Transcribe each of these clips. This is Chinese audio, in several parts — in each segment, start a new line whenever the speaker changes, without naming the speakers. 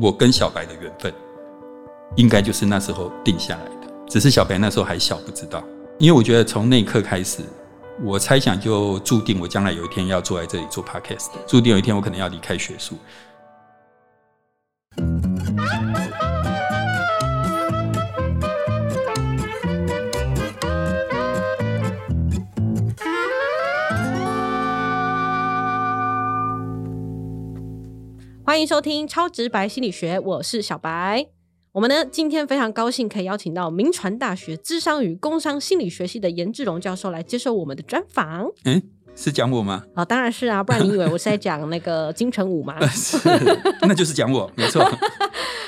我跟小白的缘分，应该就是那时候定下来的。只是小白那时候还小，不知道。因为我觉得从那一刻开始，我猜想就注定我将来有一天要坐在这里做 podcast，注定有一天我可能要离开学术。
欢迎收听《超直白心理学》，我是小白。我们呢，今天非常高兴可以邀请到明传大学智商与工商心理学系的严志荣教授来接受我们的专访。
嗯，是讲我吗？
啊、当然是啊，不然你以为我是在讲那个金城 武吗？
是，那就是讲我，没错。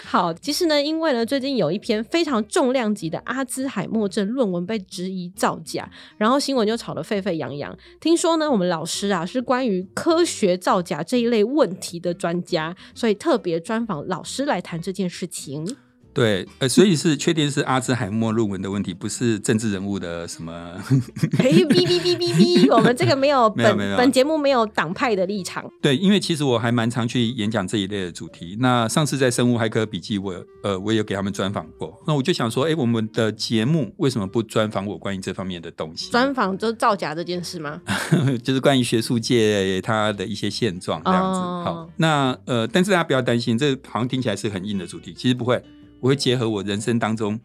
好，其实呢，因为呢，最近有一篇非常重量级的阿兹海默症论文被质疑造假，然后新闻就吵得沸沸扬扬。听说呢，我们老师啊是关于科学造假这一类问题的专家，所以特别专访老师来谈这件事情。
对，呃，所以是确定是阿兹海默论文的问题，不是政治人物的什么。
嘿，哔哔哔哔 哔，我们这个没有
没有
本
没有
本节目没有党派的立场。
对，因为其实我还蛮常去演讲这一类的主题。那上次在生物骇客笔记我有，呃我也有给他们专访过。那我就想说，哎，我们的节目为什么不专访我关于这方面的东西？
专访就造假这件 事吗？
就是关于学术界它的一些现状这样子。
哦
好，那呃，但是大家不要担心，这好像听起来是很硬的主题，其实不会，我会结合我人生当中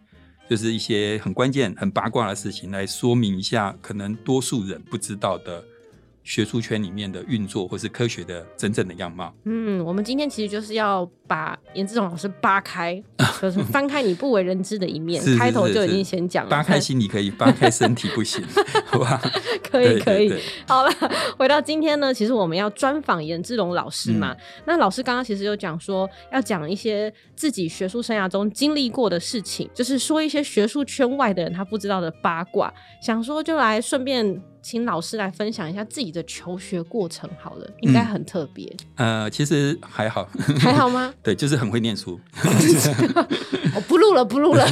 就是一些很关键、很八卦的事情来说明一下，可能多数人不知道的学术圈里面的运作，或是科学的真正的样貌。
嗯，我们今天其实就是要把严志勇老师扒开， 就是翻开你不为人知的一面。
是是
开头
是
就已
是
经先讲了，
扒开
看
心理可以，扒开身体不行， 好吧？
可以
对
可以
对。对
好了， 回到今天呢，其实我们要专访严志龙老师嘛。
嗯
那老师刚刚其实有讲说，要讲一些自己学术生涯中经历过的事情，就是说一些学术圈外的人他不知道的八卦。想说就来顺便请老师来分享一下自己的求学过程好
嗯
了，应该很特别，
呃，其实还好，
还好吗？
对，就是很会念书。
我、哦不录了，不 录了。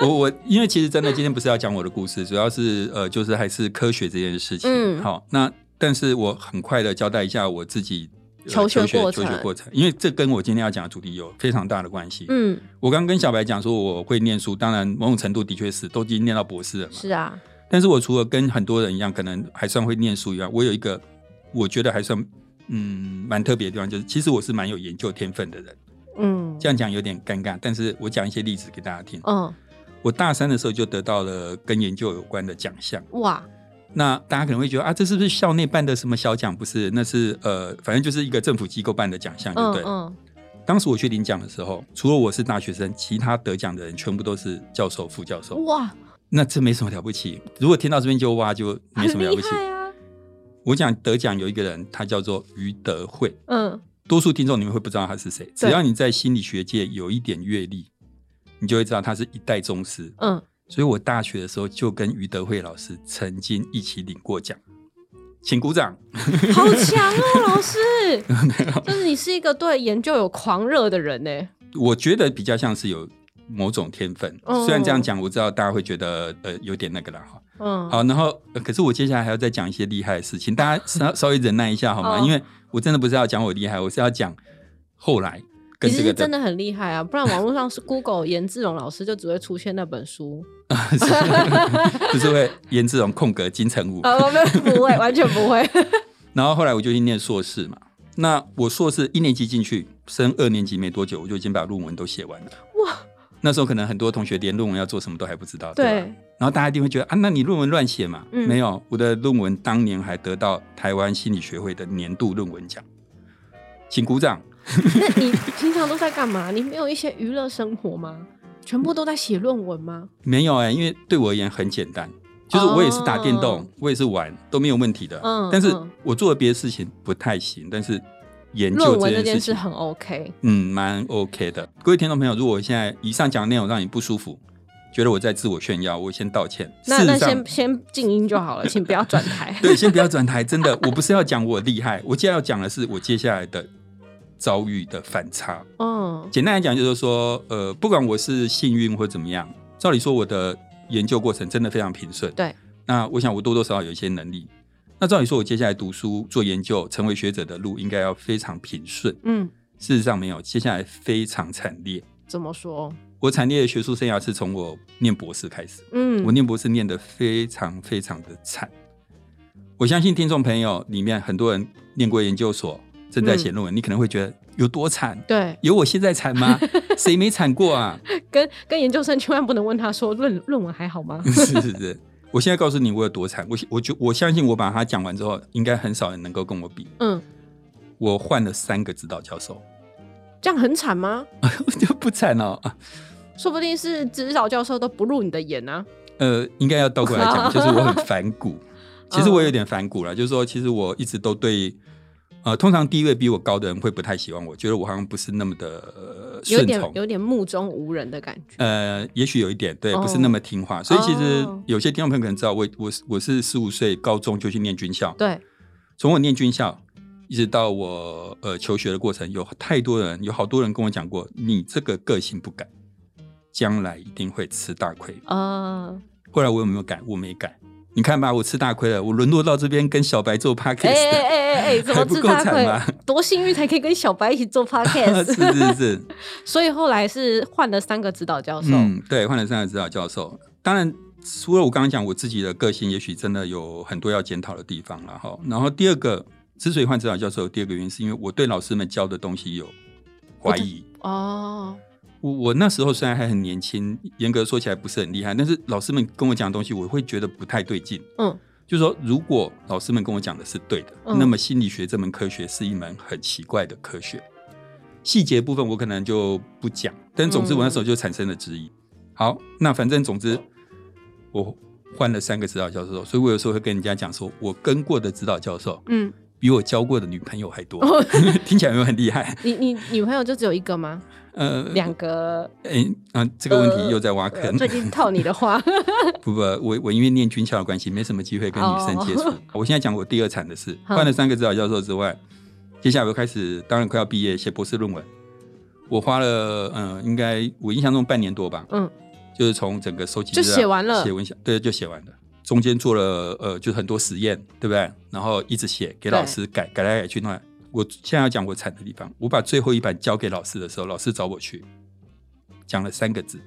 我我因为其实真的今天不是要讲我的故事，主 要是呃，就是还是科学这件事情。
嗯
好，那但是我很快的交代一下我自己、呃
求学
求
过
学
程
过程，因为这跟我今天要讲的主题有非常大的关系。
嗯，
我刚刚跟小白讲说我会念书，当然某种程度的确是都已经念到博士了嘛。
是啊，
但是我除了跟很多人一样，可能还算会念书以外，我有一个我觉得还算嗯蛮特别的地方，就是其实我是蛮有研究天分的人。
嗯
这样讲有点尴尬，但是我讲一些例子给大家听。
嗯，
我大三的时候就得到了跟研究有关的奖项。
哇，
那大家可能会觉得啊，这是不是校内办的什么小奖？不是，那是呃，反正就是一个政府机构办的奖项，对不啊
嗯
对？
嗯，
当时我去领奖的时候，除了我是大学生，其他得奖的人全部都是教授、副教授。
嗯哇，
那这没什么了不起。如果听到这边就哇，就没什
很
么了
厉
不起。
害啊，
我讲得奖有一个人，他叫做于德惠。
嗯，
多数听众你们会不知道他是谁，只
对
要你在心理学界有一点阅历，你就会知道他是一代宗师。
嗯，
所以我大学的时候就跟于德惠老师曾经一起领过奖，请鼓掌。
好强哦，老 师！就是你是一个对研究有狂热的人呢。
我觉得比较像是有某种天分，
哦
虽然这样讲，我知道大家会觉得呃有点那个啦哈。
嗯，
好，然后、呃可是我接下来还要再讲一些厉害的事情，大家 稍稍微忍耐一下好吗？
哦
因为我真的不是要讲我厉害，我是要讲后来
其
跟
实
这
是
个
真的很厉害啊，不然网络 上是 Google 严志荣老师就只会出现那本 书，
是就是会颜志荣空格金城武。
呃，我们不会，完全不会。
然后后来我就去念硕士嘛。那我硕士一年级进去，升二年级没多久，我就已经把论文都写完了。
哇！
那时候可能很多同学连论文要做什么都还不知道，吧
对，
然后大家一定会觉得啊，那你论文乱写嘛？
嗯
没有，我的论文当年还得到台湾心理学会的年度论文奖，请鼓掌。
那你平常都在干嘛？你没有一些娱乐生活吗？全部都在写论文吗？
没有哎、因为对我而言很简单，就是我也是打电动，
哦
我也是玩，都没有问题的。
嗯
但是
嗯
我做的别的事情不太行，但是研究
论文
这
这
件
件
事
事
情，
很 OK，
嗯，蛮 OK 的。各位听众朋友，如果我现在以上讲的内容让你不舒服，觉得我在自我炫耀，我先道歉。
那
事
那
实上
先先静音就好了，请不要转台。
对，先不要转台，真的，我不是要讲我厉害，我接下来要讲的是我接下来的遭遇的反差。
嗯
简单来讲，就是说，呃，不管我是幸运或怎么样，照理说我的研究过程真的非常平顺。
对，
那我想我多多少少有一些能力。那照理说，我接下来读书、做研究、成为学者的路应该要非常平顺。
嗯
事实上没有，接下来非常惨烈。
怎么说？
我惨烈的学术生涯是从我念博士开始，
嗯，
我念博士念得非常非常的惨。我相信听众朋友里面很多人念过研究所，正
嗯
在写论文，你可能会觉得有多惨。
对，
有我现在惨吗？ 谁没惨过啊？
跟跟研究生千万不能问他说论论文还好吗？
是是是，我现在告诉你我有多惨。我我就我相信我把它讲完之后，应该很少人能够跟我比。
嗯，
我换了三个指导教授，
这样很惨吗？
就不惨哦。啊
说不定是指导教授都不入你的眼啊。
呃，应该要倒过来 讲，就是我很反骨。其实我有点反
嗯
骨了，就是说，其实我一直都对，呃，通常地位比我高的人会不太喜欢我，觉得我好像不是那么的呃
有
顺
点
从。
有点目中无人的感觉。
呃，也许有一点对，
哦
不是那么听话，所以其实
哦
有些听众朋友可能知道，我我我是十五岁高中就去念军校，
对，
从我念军校一直到我呃求学的过程，有太多人，有好多人跟我讲过，你这个个性不改，将来一定会吃大亏。
呃，
后来我有没有改？我没改。你看吧，我吃大亏了，我沦落到这边跟小白做 podcast，、
哎哎哎哎哎，怎么
还不
自
够
大
惨
会
吗？
多幸运才可以跟小白一 起做
是
podcast，
是是，
所以后来是换了三个指导教授。
嗯，对，换了三个指导教授。当然，除了我刚刚讲我自己的个性，也许真的有很多要检讨的地方了哈。然后第二个，之所以换指导教授，第二个原因是因为我对老师们教的东西有怀疑。
哦，
我我那时候虽然还很年轻，严格说起来不是很厉害，但是老师们跟我讲的东西，我会觉得不太对劲。
嗯，
就是说，如果老师们跟我讲的是对的，
嗯
那么心理学这门科学是一门很奇怪的科学。细节部分我可能就不讲，但总之我那
嗯
时候就产生了质疑。好，那反正总之我换了三个指导教授，所以我有时候会跟人家讲说，我跟过的指导教授
嗯，
比我交过的女朋友还多，
哦
听起来有没有很厉害？
你你女朋友就只有一个吗？
呃，
两个？
哎啊、这个问题又在挖坑。
呃最近套你的话，
不不，我我因为念军校的关系，没什么机会跟女生接触。
哦嗯
我现在讲我第二惨的事，
好
换了三个指导教授之外，接下来我开始，当然快要毕业，写博士论文。我花了，嗯、应该我印象中半年多吧，
嗯，
就是从整个收集
就
资料
写完了
写文献，对，就写完了。中间做了呃，就是很多实验，对不对？然后一直写给老师改，改来改去。那我现在要讲我惨的地方，我把最后一版交给老师的时候，老师找我去，讲了三个字：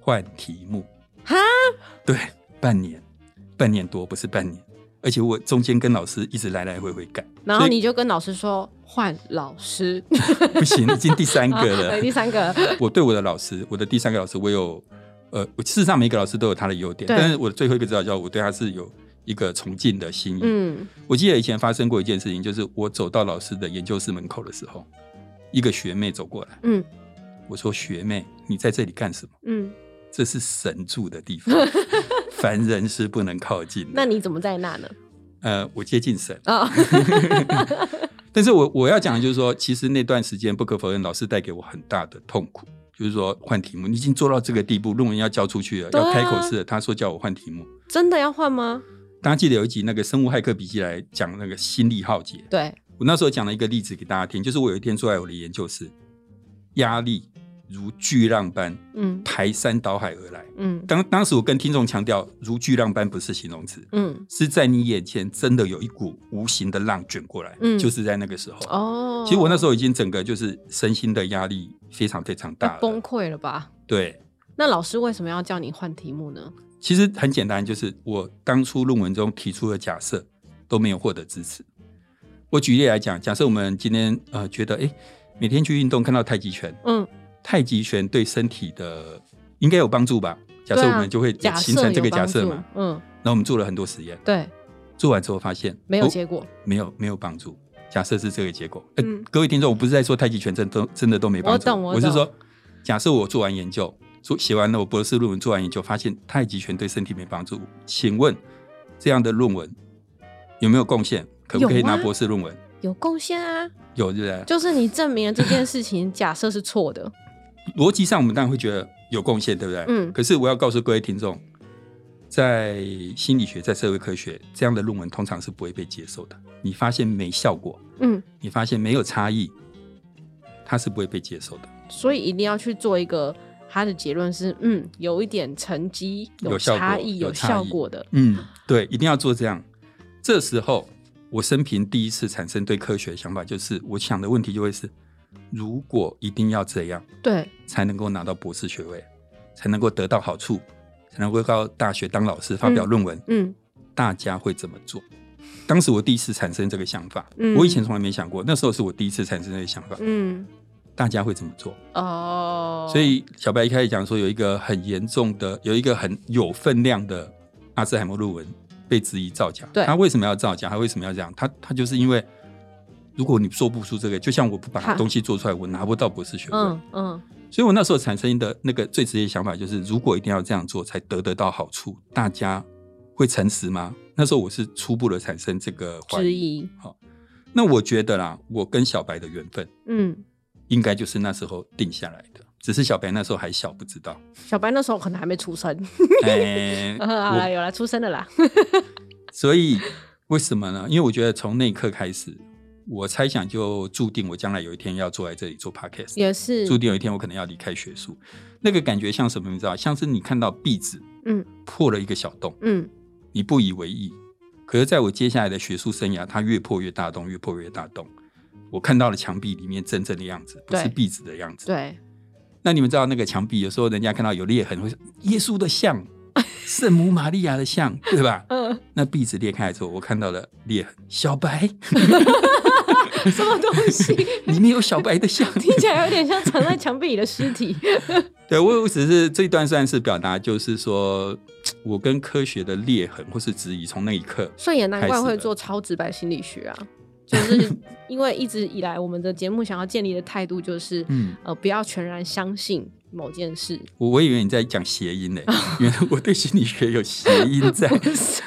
换题目。
哈，
对，半年，半年多，不是半年。而且我中间跟老师一直来来回回改，
然后
所以
你就跟老师说换老师，
不行，已经第三个了
对，。第三个，
我对我的老师，我的第三个老师，我有呃，我事实上每个老师都有他的优点，
对
但是我的最后一个指导教授，我对他是有一个崇敬的心意。
嗯，
我记得以前发生过一件事情，就是我走到老师的研究室门口的时候，一个学妹走过来，
嗯，
我说：“学妹，你在这里干什么？
嗯，
这是神住的地 方，凡人是不能靠近
那
的。
你怎么在那呢？”
呃，我接近神，
啊、
但是我我要讲的就是说，其实那段时间不可否认，老师带给我很大的痛苦，就是说换题目，你已经做到这个地步，论文要交出去了，
对啊
要开口试了，他说叫我换题目。
真的要换吗？
大家记得有一集那个生物骇客笔记来讲那个心力浩劫，
对，
我那时候讲了一个例子给大家听，就是我有一天坐在我的研究室，压力如巨浪般
嗯
排山倒海而来。
嗯
当当时我跟听众强调，如巨浪般不是形容词，
嗯，
是在你眼前真的有一股无形的浪卷过来，
嗯
就是在那个时候。
哦，
其实我那时
候
候已经整个就是身心的压力非常非常大
啊崩
了。
溃了吧？
对，
那老师为什么要叫你换题目呢？
其实很简单，就是我当初论文中提出的假设都没有获得支持。我举例来讲，假设我们今天呃觉得，哎，每天去运动看到太极拳，
嗯，
太极拳对身体的应该有帮助吧？假设
对
我
啊
们就会
假
形
设
成
有
这个假
帮
设
助
嘛。
嗯，
然后我们做了很多实验，
对，
做完之后发现
没有
不
结果。
没有没有帮助。假设是这个结果，呃
嗯
各位听众，我不是在说太极拳真都真的都没帮助，
我懂我懂
是说，假设我做完研究，做写完了我博士论文，做完研究发现太极拳对身体没帮助，请问这样的论文有没有贡献？可不可以
有啊
拿博士论文？
有贡献啊，
有，对不对？
就是你证明了这件事情假设是错的，
逻辑上我们当然会觉得有贡献，对不对？
嗯
可是我要告诉各位听众，在心理学、在社会科学这样的论文通常是不会被接受的。你发现没效果，
嗯，
你发现没有差异，它是不会被接受的。
所以一定要去做一个他的结论是，嗯，有一点成绩
有效果
差异、
有
有
差异
效果的，
嗯，对，一定要做这样。这时候我生平第一次产生对科学的想法，就是我想的问题就会是：如果一定要这样
对，
才能够拿到博士学位，才能够得到好处，才能够到大学当老师发表论文，
嗯
大家会怎么做？当时我第一次产生这个想法，
嗯
我以前从来没想过，那时候是我第一次产生这个想法，
嗯，
大家会怎么做？
哦，
所以小白一开始讲说有一个很严重的，有一个很有分量的阿兹海默论文被质疑造假。
对
他为什么要造假？他为什么要这样？他他就是因为，如果你做不出这个，就像我不把
哈
东西做出来，我拿不到博士学位。
嗯嗯
所以我那时候产生的那个最直接的想法就是，如果一定要这样做才得得到好处，大家会诚实吗？那时候我是初步的产生这个怀
质
疑。
疑，
那我觉得啦，我跟小白的缘分
嗯，
应该就是那时候定下来的，只是小白那时候还小，不知道。
小白那时候可能还没出生，
哎、
啊，
我
有了出生的啦，
所以为什么呢？因为我觉得从那一刻开始，我猜想就注定我将来有一天要坐在这里做 podcast，
也是，
注定有一天我可能要离开学术。那个感觉像什么？你知道，像是你看到壁纸，
嗯，
破了一个小洞，
嗯
你不以为意，可是在我接下来的学术生涯，它越破越大洞，越破越大洞。我看到了墙壁里面真正的样子，不是
对
壁纸的样子。
对，
那你们知道那个墙壁，有时候人家看到有裂痕，会说耶稣的像，圣母玛利亚的像，对吧？
嗯，
那壁纸裂开之后，我看到了裂痕，小白
什么东西
里面有小白的像。
听起来有点像藏在墙壁里的尸体，
对我，我只是这一段算是表达，就是说我跟科学的裂痕或是质疑，从那一刻，
所以也难
开
怪
始
会
了
做超直白心理学啊，就是因为一直以来我们的节目想要建立的态度就是，
嗯，
呃，不要全然相信某 件事，
我我以为你在讲谐音呢， 原来我对心理学有谐音 在。
不是。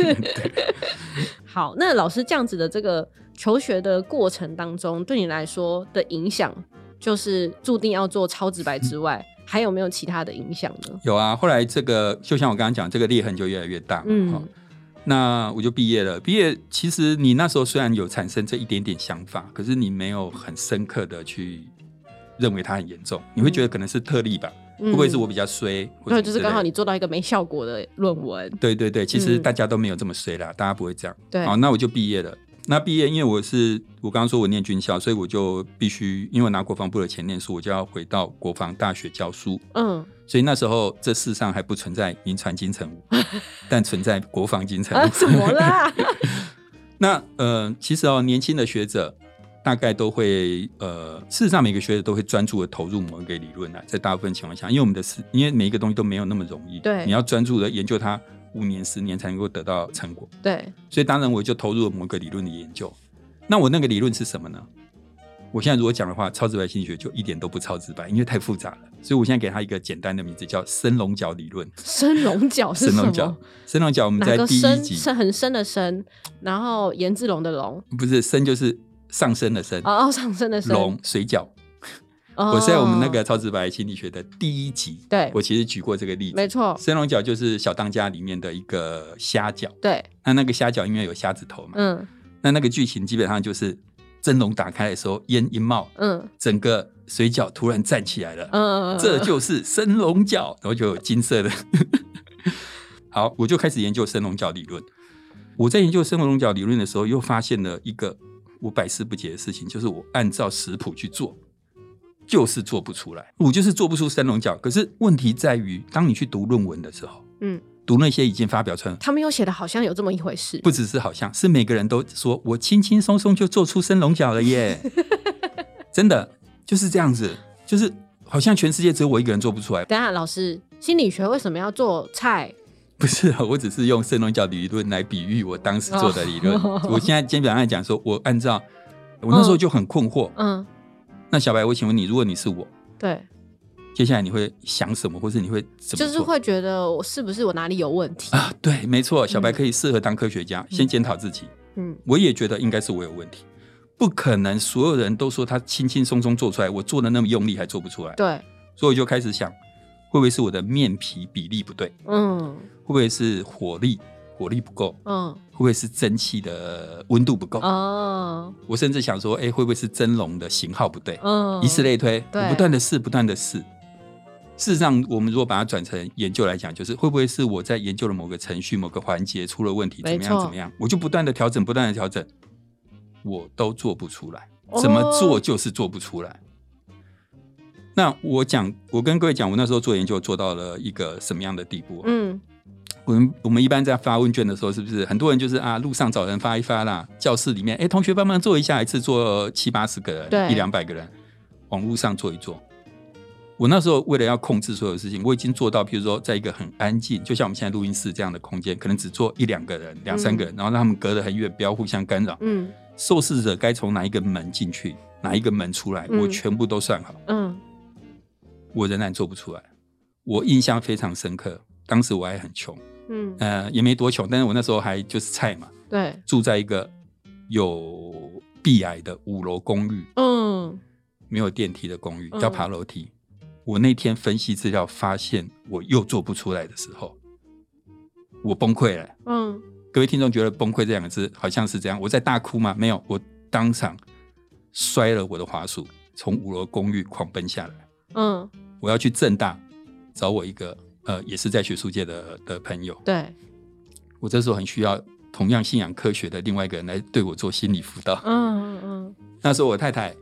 好，那老师这样子的这个求学的过程当中，对你来说的影响，就是注定要做超直白之 外，还有没有其他的影响呢？
有啊，后来这个就像我刚刚讲，这个裂痕就越来越大。嗯、
嗯，
那我就毕业了。毕业其实你那时候虽然有产生这一点点想法，可是你没有很深刻的去认为它很严重，你会觉得可能是特例吧。
会
会不会是我？比较衰？或
那
者
嗯就是
之
刚好
类的
你做到一个没效果的论文，
对对对，其实
嗯
大家都没有这么衰啦，大家不会这样。
对，
好，那我就毕业了。那毕业，因为我是我刚刚说我念军校，所以我就必须，因为我拿国防部的钱念书，我就要回到国防大学教书。
嗯，
所以那时候这世上还不存在民传金城 武，但存在国防金城
啊，
武。
怎么啦？
那呃，其实哦，年轻的学者大概都会呃，事实上每个学者都会专注的投入某一个理论啊，在大部分情况下，因为我们的事，因为每一个东西都没有那么容易，
对
你要专注的研究它五年、十年才能够得到成果，
对，
所以当然我就投入了某个理论的研究。那我那个理论是什么呢？我现在如果讲的话，超直白心理学就一点都不超直白，因为太复杂了，所以我现在给它一个简单的名字，叫升龙角理论。
生龙角是
升
什
龙角
么？，
升龙角，我们
哪
在
个
第
深
一集
深很深的深，然后颜志龙的龙，
不是升就是上升的升，
哦，哦上升的升，
龙水饺。
哦，
我在我们那个超直白心理学的第一集，
对
我其实举过这个例
没
子。
错，
生龙角就是小当家里面的一个虾饺，
对，
那那个虾饺因为有虾子头嘛，
嗯
那那个剧情基本上就是蒸笼打开的时候，烟一冒，
嗯
整个水饺突然站起来了，
嗯，
这就是生龙角，然后就有金色的。 好，我就开始研究生龙角理论。我在研究生龙角理论的时候，又发现了一个我百思不解的事情，就是我按照食谱去做，就是做不出来，我就是做不出生龙角。可是问题在于，当你去读论文的时候，
嗯，
读那些已经发表出来，
他们又写的好像有这么一回事，
不只是好像是每个人都说我轻轻松松就做出生龙角了耶， 真的就是这样子，就是好像全世界只有我一个人做不出来，
等一下老师，心理学为什么要做菜？
不是啊，我只是用圣龙角理论来比喻我当时做的理论。
哦
我现在基本上来讲说，我按照我那时候就很困惑。
嗯，
那小白，我请问你，如果你是我，
对，
接下来你会想什么，或是你会怎么做？
就是会觉得我是不是我哪里有问题？
啊，对，没错，小白可以适合当科学家，先检讨自己。
嗯，
我也觉得应该是我有问题，不可能所有人都说他轻轻松松做出来，我做的那么用力还做不出来，
对，
所以我就开始想，会不会是我的面皮比例不对？
嗯
会不会是火力火力不够？
嗯
会不会是蒸汽的温度不够？
哦
我甚至想说，哎、会不会是蒸笼的型号不对？
嗯，
以此类推，
对
我不断的试，不断的试。事实上，我们如果把它转成研究来讲，就是会不会是我在研究的某个程序、某个环节出了问题，怎
没
么
错
样怎么样，我就不断的调整，不断的调整，我都做不出来，
哦
怎么做就是做不出来。那我讲，我跟各位讲，我那时候做研究做到了一个什么样的地步、啊？
嗯，
我们我们一般在发问卷的时候，是不是很多人就是啊，路上找人发一发啦，教室里面哎、诶同学帮忙做一下，一次做七八十个
对
人，一两百个人，网络上做一做。我那时候为了要控制所有事情，我已经做到，比如说在一个很安静，就像我们现在录音室这样的空间，可能只做一两个人、两三个人，然后让他们隔得很远，不要互相干扰。
嗯
受试者该从哪一个门进去，哪一个门出来，
嗯
我全部都算好。
嗯，
我仍然做不出来。我印象非常深刻，当时我还很穷，
嗯，
呃，也没多穷，但是我那时候还就是菜嘛，
对，
住在一个有壁癌的五楼公寓，
嗯，
没有电梯的公寓
嗯，
要爬楼梯。我那天分析资料发现，我又做不出来的时候，我崩溃了。
嗯，
各位听众觉得“崩溃”这两个字好像是这样，我在大哭吗？没有，我当场摔了我的滑鼠，从五楼公寓狂奔下来。
嗯，
我要去正大找我一个呃，也是在学术界的的朋友。
对，
我这时候很需要同样信仰科学的另外一个人来对我做心理辅导。
嗯嗯
那时候我太太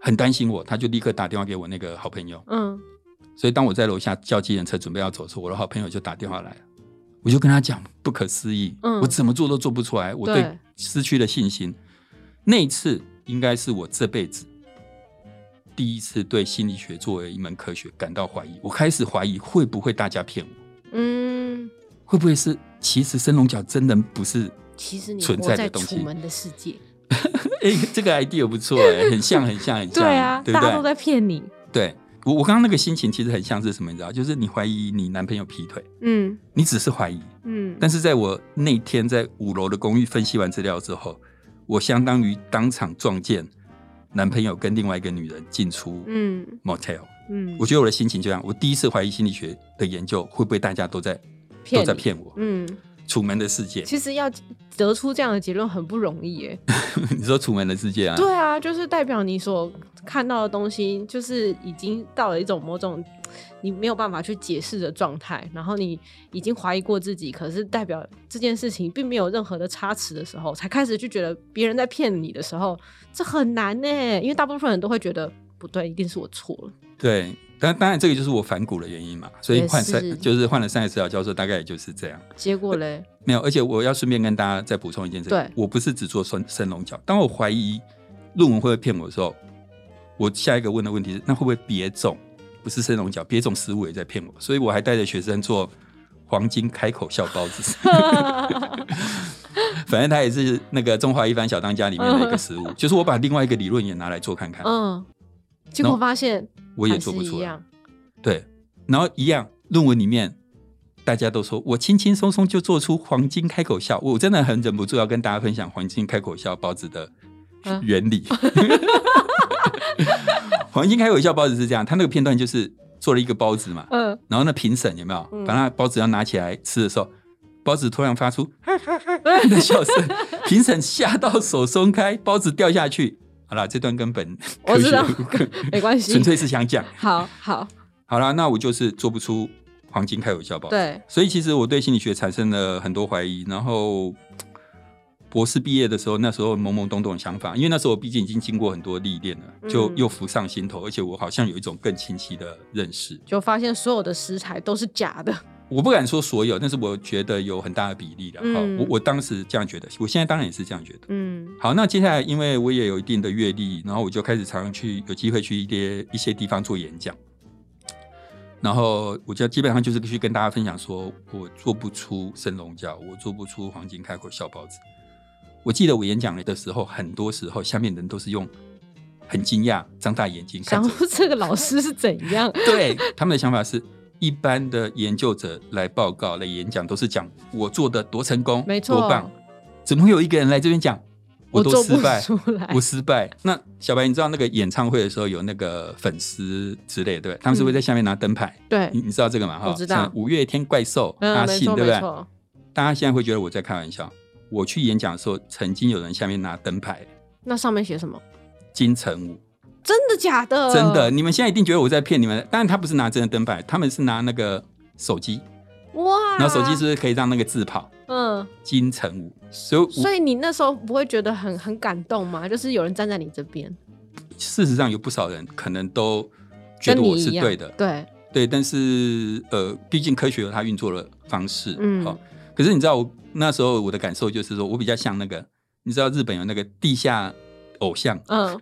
很担心我，她就立刻打电话给我那个好朋友。
嗯
所以当我在楼下叫计程车准备要走的时候，我的好朋友就打电话来了。我就跟他讲不可思议，
嗯
我怎么做都做不出来，我对
对
失去了信心。那一次应该是我这辈子第一次对心理学作为一门科学感到怀疑。我开始怀疑会不会大家骗我，
嗯，
会不会是其实生龙角真人不是？
其实你
存
活
在
在
的东
楚
西
门的世界，
哎、这个 idea 不错、哎，很像，很像，很像，
对啊，
对不
大家都
对？
在骗你，
对我，我刚刚那个心情其实很像是什么？你知道，就是你怀疑你男朋友劈腿，
嗯
你只是怀疑，
嗯，
但是在我那天在五楼的公寓分析完资料之后，我相当于当场撞见男朋友跟另外一个女人进出
嗯
motel。
嗯，
我觉得我的心情就这样，我第一次怀疑心理学的研究会不会大家都在
骗
都在
你
骗我。
嗯，
楚门的世界，
其实要得出这样的结论很不容易耶。
你说楚门的世界啊？
对啊，就是代表你所看到的东西，就是已经到了一种某种你没有办法去解释的状态，然后你已经怀疑过自己，可是代表这件事情并没有任何的差池的时候，才开始就觉得别人在骗你的时候，这很难呢、因为大部分人都会觉得不对，一定是我错了。
对，但当然这个就是我反骨的原因嘛。所以
也
换
是
三就是换了三十四号教授，大概也就是这样。
结果 嘞，
没有，而且我要顺便跟大家再补充一件事情，
对
我不是只做生生龙角。当我怀疑论文会不会骗我的时候，我下一个问的问题是，那会不会别种不是生龙角，别种食物也在骗我？所以我还带着学生做黄金开口笑包 子，反正它也是那个中华一番小当家里面的一个食物，就是我把另外一个理论也拿来做看看，
嗯，结果发现
我也
还
做
是
不
一
出来
样。，
对，然后一样，论文里面大家都说我轻轻松松就做出黄金开口笑，我真的很忍不住要跟大家分享黄金开口笑包子的
嗯
原理。黄金开口笑包子是这样，它那个片段就是做了一个包子嘛，
嗯，
然后那评审有没有
嗯
把那包子要拿起来吃的时候，包子突然发出的笑声，评审吓到手松开，包子掉下去。好啦，这段根本
我知道
科学无关
没关系
纯粹是想讲。
好好，
好啦，那我就是做不出黄金开口笑包。，
对，
所以其实我对心理学产生了很多怀疑。然后博士毕业的时候，那时候懵懵懂懂的想法，因为那时候我毕竟已经经过很多历练了，就
嗯
又浮上心头，而且我好像有一种更清晰的认识。
就发现所有的食材都是假的。
我不敢说所有，但是我觉得有很大的比例的。
嗯
好，我我当时这样觉得，我现在当然也是这样觉得。
嗯
好，那接下来因为我也有一定的阅历，然后我就开始常常去有机会去一些一些地方做演讲，然后我就基本上就是去跟大家分享说，我做不出神龙教，我做不出黄金开口笑包子。我记得我演讲的时候，很多时候下面人都是用很惊讶、张大眼睛看
想
着我，
说这个老师是怎样？
对他们的想法是。一般的研究者来报告、来演讲，都是讲我做的多成功、
没错
多棒，怎么会有一个人来这边讲 我都
做不
失败？
出来。
我失败。那小白，你知道那个演唱会的时候有那个粉丝之类，对不对？他们是会在下面拿灯牌，
对，
你你知道这个吗？
嗯我知道
像五月天怪兽、
嗯，
阿
没
信，
错
对不
没
对？
错，
大家现在会觉得我在开玩笑。我去演讲的时候，曾经有人下面拿灯牌，
那上面写什么？
金城武，
真的假的？
真的，你们现在一定觉得我在骗你们。当然，他不是拿真的灯牌，他们是拿那个手机，
哇，
然后手机是不是可以让那个字跑
嗯，
金城武？所以我
所以你那时候不会觉得很很感动吗？就是有人站在你这边，
事实上有不少人可能都觉
跟
得我
你
是
一样，
对的，
对，
对，但是呃，毕竟科学有它运作的方式，
嗯
好、可是你知道我那时候我的感受就是说，我比较像那个，你知道日本有那个地下偶像，
嗯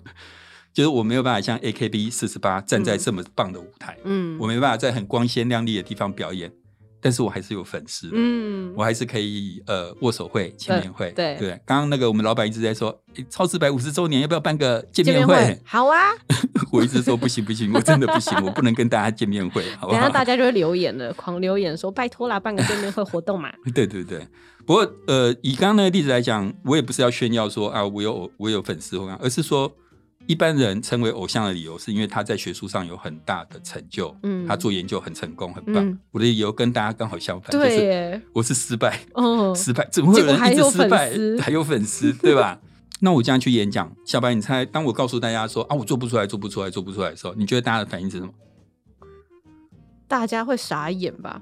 就是我没有办法像 A K B 四十八站在
嗯
这么棒的舞台，
嗯，
我没办法在很光鲜亮丽的地方表演，但是我还是有粉丝的，
嗯
我还是可以呃握手会、见面会，
对
对。刚刚那个我们老板一直在说，诶超四百五十周年要不要办个见面会？
好啊，
我一直说不行不行，我真的不行，我不能跟大家见面会，好啊不
等一下
好？
大家就会留 言了，狂留言说拜托啦，办个见面会活动嘛，
对对对，不过呃，以刚刚那个例子来讲，我也不是要炫耀说啊，我有偶我有粉丝或干嘛而是说一般人成为偶像的理由，是因为他在学术上有很大的成就，
嗯
他做研究很成功，很棒。
嗯，
我的理由跟大家刚好相反，就
对
是
耶，
我是失败，
嗯，
失败，怎么会有
结果还
人一直
有
失败
粉丝，
还有粉丝，对吧？ 那我这样去演讲，小白，你猜，当我告诉大家说啊，我做不出来，做不出来，做不出来的时候，你觉得大家的反应是什么？
大家会傻眼吧？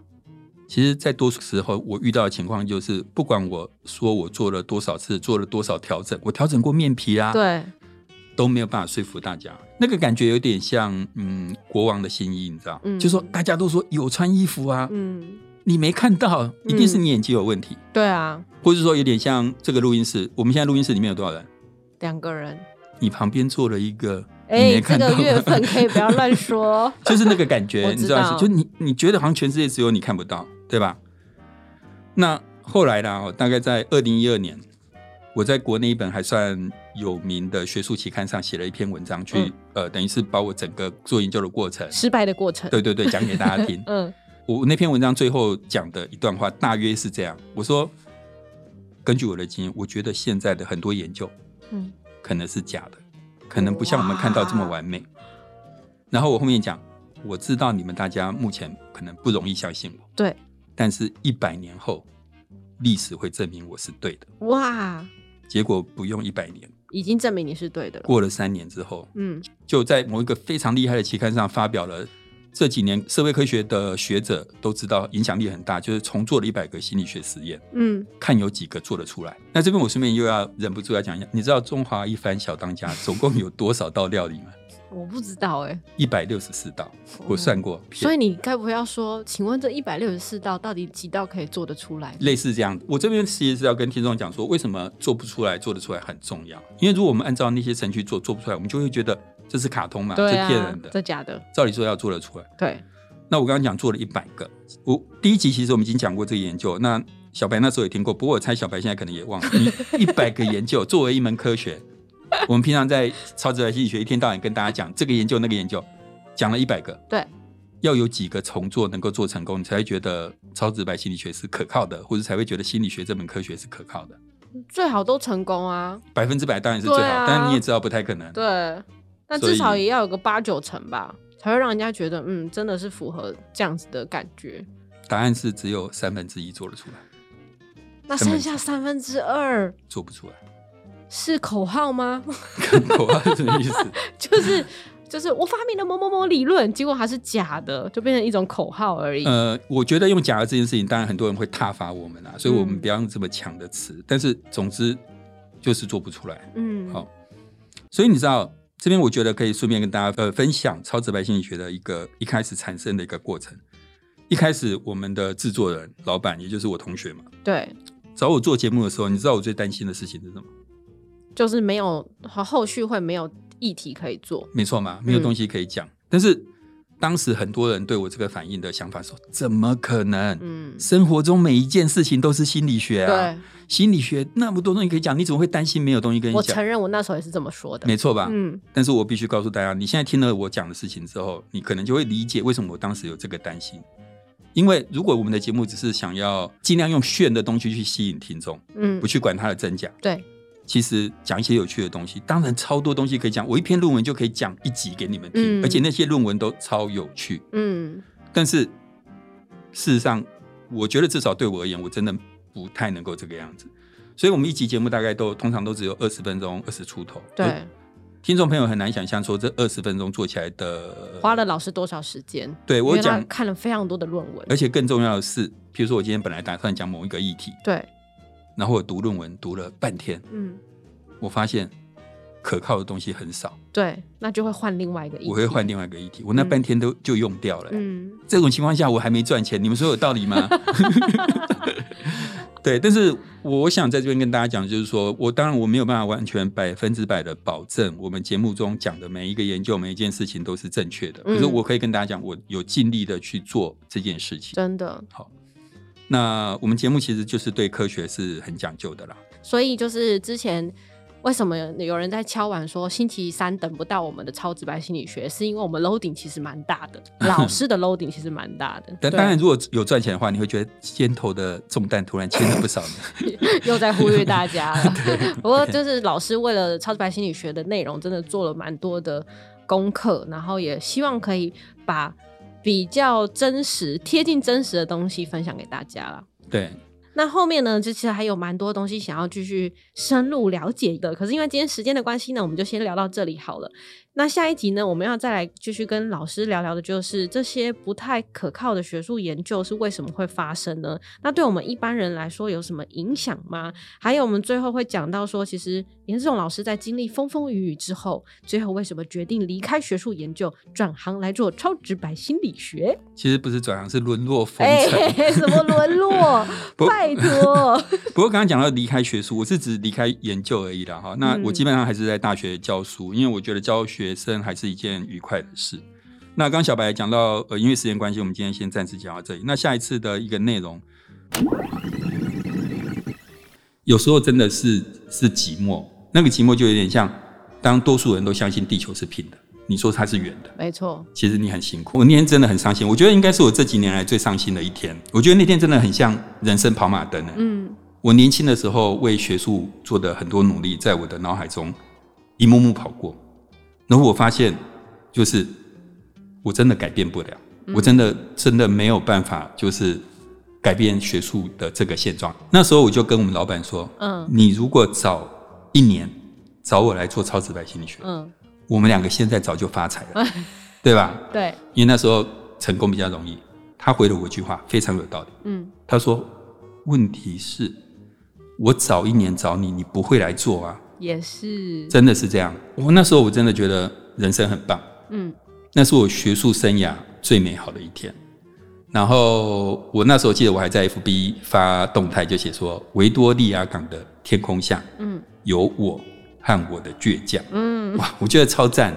其实，在多数时候，我遇到的情况就是，不管我说我做了多少次，做了多少调整，我调整过面皮啊，
对，
都没有办法说服大家。那个感觉有点像，嗯，国王的新衣，你知道？
嗯
就说大家都说有穿衣服啊，
嗯，
你没看到，一定是你眼睛有问题，
对啊，
或者说有点像这个录音室。我们现在录音室里面有多少人？
两个人，
你旁边坐了一个，你
哎、
没
这
看到
个月份可以不要乱 说，
就是那个感觉，
我
你
知
知道
道
是，就你你觉得好像全世界只有你看不到，对吧？那后来啦，哦大概在二零一二年，我在国内一本还算有名的学术期刊上写了一篇文章去，
嗯
呃，等于是把我整个做研究的过程，
失败的过程，。
对对对，讲给大家听
嗯
我那篇文章最后讲的一段话大约是这样，我说，根据我的经验，我觉得现在的很多研究
嗯，
可能是假的，可能不像我们看到这么完美。然后我后面讲，我知道你们大家目前可能不容易相信我，
对，
但是一百年后，历史会证明我是对的。
哇，
结果不用一百年，
已经证明你是对的了，
过了三年之后，
嗯
就在某一个非常厉害的期刊上发表了。这几年社会科学的学者都知道影响力很大，就是重做了一百个心理学实验，
嗯，
看有几个做得出来。那这边我顺便又要忍不住要讲一下，你知道中华一番小当家总共有多少道料理吗？
我不知道哎、
一百六十四道，
哦
我算过，
所
以
以你该不会要说，请问这一百六十四道到底几道可以做得出来？
类似这样。我这边其实是要跟听众讲说，为什么做不出来、做得出来很重要。因为如果我们按照那些程序做，做不出来，我们就会觉得这是卡通嘛，
对
这
啊，
骗人的。
这假的，
照理说要做得出来。
对，
那我刚刚讲做了一百个，我第一集其实我们已经讲过这个研究，那小白那时候也听过，不过我猜小白现在可能也忘了。 你一百个研究作为一门科学，我们平常在超自然心理学一天到晚跟大家讲这个研究那个研究，讲了一百个，
对，
要有几个重做能够做成功，你才会觉得超直白心理学是可靠的，或者才会觉得心理学这门科学是可靠的。
最好都成功啊，
百分之百当然是最好，
对啊
但是你也知道不太可能。
对，但
所以
至少也要有个八九成吧，才会让人家觉得，嗯，真的是符合这样子的感觉。
答案是只有三分之一做得出来，
那
三
剩
分
下三分之二
做不出来。
是口号吗？
口号是什么意思？
就是就是我发明了某某某理论，结果它是假的，就变成一种口号而已。
呃，我觉得用假的这件事情，当然很多人会挞伐我们啊，所以我们
嗯
不要用这么强的词。但是总之就是做不出来。
嗯，
好所以你知道，这边我觉得可以顺便跟大家呃分享超直白心理学的一个一开始产生的一个过程。一开始我们的制作人老板，也就是我同学嘛，
对，
找我做节目的时候，你知道我最担心的事情是什么？
就是没有后后续会没有议题可以做。
没错嘛，没有东西可以讲。但是当时很多人对我这个反应的想法说：怎么可能？
嗯，
生活中每一件事情都是心理学啊，
对，
心理学那么多东西可以讲，你怎么会担心没有东西跟你
我
讲
承？认我那时候也是这么说的。
没错啊吧？
嗯
但是我必须告诉大家，你现在听了我讲的事情之后，你可能就会理解为什么我当时有这个担心。因为如果我们的节目只是想要尽量用炫的东西去吸引听众，
嗯
不，去管它的真假，
对，
其实讲一些有趣的东西，当然超多东西可以讲。我一篇论文就可以讲一集给你们听，
嗯
而且那些论文都超有趣。
嗯
但是事实上，我觉得至少对我而言，我真的不太能够这个样子。所以，我们一集节目大概都通常都只有二十分钟，二十出头。哎
对，
听众朋友很难想象说这二十分钟做起来的
花了老师多少时间？
对我
因为他
讲，
看了非常多的论文，
而且更重要的是，譬如说我今天本来打算讲某一个议题，
对，
然后我读论文读了半天，
嗯，
我发现可靠的东西很少，
对，那就会换另外一个议题，
我会换，另外一个议题，我那半天都就用掉了、
嗯，
这种情况下，我还没赚钱，你们说有道理 吗？对，但是我想在这边跟大家讲，就是说我当然我没有办法完全百分之百的保证我们节目中讲的每一个研究、每一件事情都是正确的。可
嗯
是我可以跟大家讲，我有尽力的去做这件事情。
真的，
那我们节目其实就是对科学是很讲究的啦。
所以就是之前。为什么有人在敲碗说星期三等不到我们的超直白心理学？是因为我们 loading 其实蛮大 的，老师的 loading 其实蛮大的。
但
对
当然，如果有赚钱的话，你会觉得肩头的重担突然轻了不少呢。
又在呼吁大家了。不过就是老师为了超直白心理学的内容，真的做了蛮多的功课，然后也希望可以把比较真实、贴近真实的东西分享给大家啦。
对，
那后面呢，就其实还有蛮多东西想要继续深入了解的。可是因为今天时间的关系呢，我们就先聊到这里好了。那下一集呢，我们要再来继续跟老师聊聊的，就是这些不太可靠的学术研究是为什么会发生呢？那对我们一般人来说有什么影响吗？还有我们最后会讲到说，其实严志勇老师在经历风风雨雨之后，最后为什么决定离开学术研究，转行来做超直白心理学？
其实不是转行，是沦落风
哎、
尘。
什么沦落？
不
拜托。
不过刚刚讲到离开学术，我是指离开研究而已啦哈。那
嗯
我基本上还是在大学教书，因为我觉得教学生还是一件愉快的事。那刚刚小白讲到，呃，因为时间关系，我们今天先暂时讲到这里。那下一次的一个内容，有时候真的是是寂寞，那个寂寞就有点像，当多数人都相信地球是平的，你说它是圆的，
没错，
其实你很辛苦。我那天真的很伤心，我觉得应该是我这几年来最伤心的一天。我觉得那天真的很像人生跑马灯呢、啊
嗯，
我年轻的时候为学术做的很多努力，在我的脑海中一幕幕跑过，然后我发现，就是我真的改变不了，
嗯
我真的真的没有办法，就是改变学术的这个现状。那时候我就跟我们老板说，
嗯
你如果早一年找我来做超直白心理学，
嗯，
我们两个现在早就发财 了，对吧？
对，
因为那时候成功比较容易。他回了我一句话，非常有道理。
嗯
他说：“问题是，我早一年找你，你不会来做啊，
也是，
真的是这样。”我那时候我真的觉得人生很棒，
嗯
那是我学术生涯最美好的一天。然后我那时候记得我还在 FB 发动态，就写说维多利亚港的天空下
嗯
有我和我的倔强。
嗯，
哇，我觉得超赞。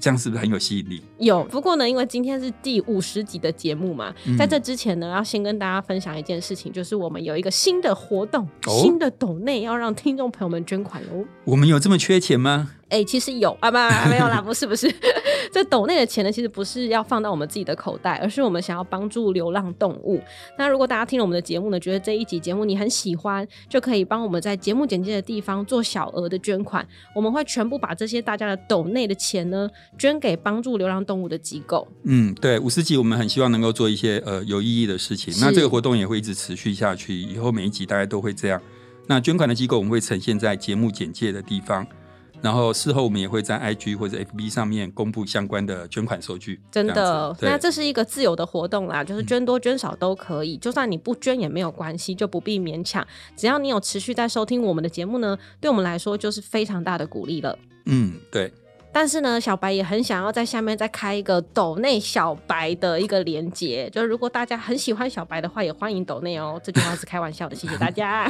这样是不是很有吸引力？
有。不过呢，因为今天是第五十集的节目嘛，
嗯
在这之前呢，要先跟大家分享一件事情，就是我们有一个新的活动，
哦
新的抖内要让听众朋友们捐款哦喽。
我们有这么缺钱吗？
哎、其实有啊，不，没有啦，不是不是， 这斗内的钱呢，其实不是要放到我们自己的口袋，而是我们想要帮助流浪动物。那如果大家听了我们的节目呢，觉得这一集节目你很喜欢，就可以帮我们在节目简介的地方做小额的捐款，我们会全部把这些大家的斗内的钱呢，捐给帮助流浪动物的机构。
嗯，对，五十集我们很希望能够做一些呃有意义的事情。
是
那这个活动也会一直持续下去，以后每一集大概都会这样。那捐款的机构我们会呈现在节目简介的地方，然后事后我们也会在 IG 或者 FB 上面公布相关的捐款收据。
真
这样
的哦
子，对嗯
那这是一个自由的活动啦，就是捐多捐少都可以，就算你不捐也没有关系，就不必勉强。只要你有持续在收听我们的节目呢，对我们来说就是非常大的鼓励了。
嗯，对，
但是呢，小白也很想要在下面再开一个抖内小白的一个连接，就是如果大家很喜欢小白的话，也欢迎抖内哦。这句话是开玩笑的，谢谢大家。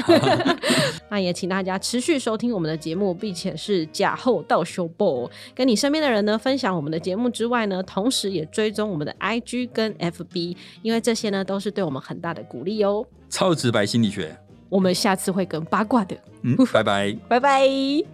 那也请大家持续收听我们的节目，并且是假后到修 b 跟你身边的人呢分享我们的节目之外呢，同时也追踪我们的 IG 跟 FB，因为这些呢都是对我们很大的鼓励哦。
超直白心理学。
我们下次会更八卦的，
嗯，拜拜。
拜拜。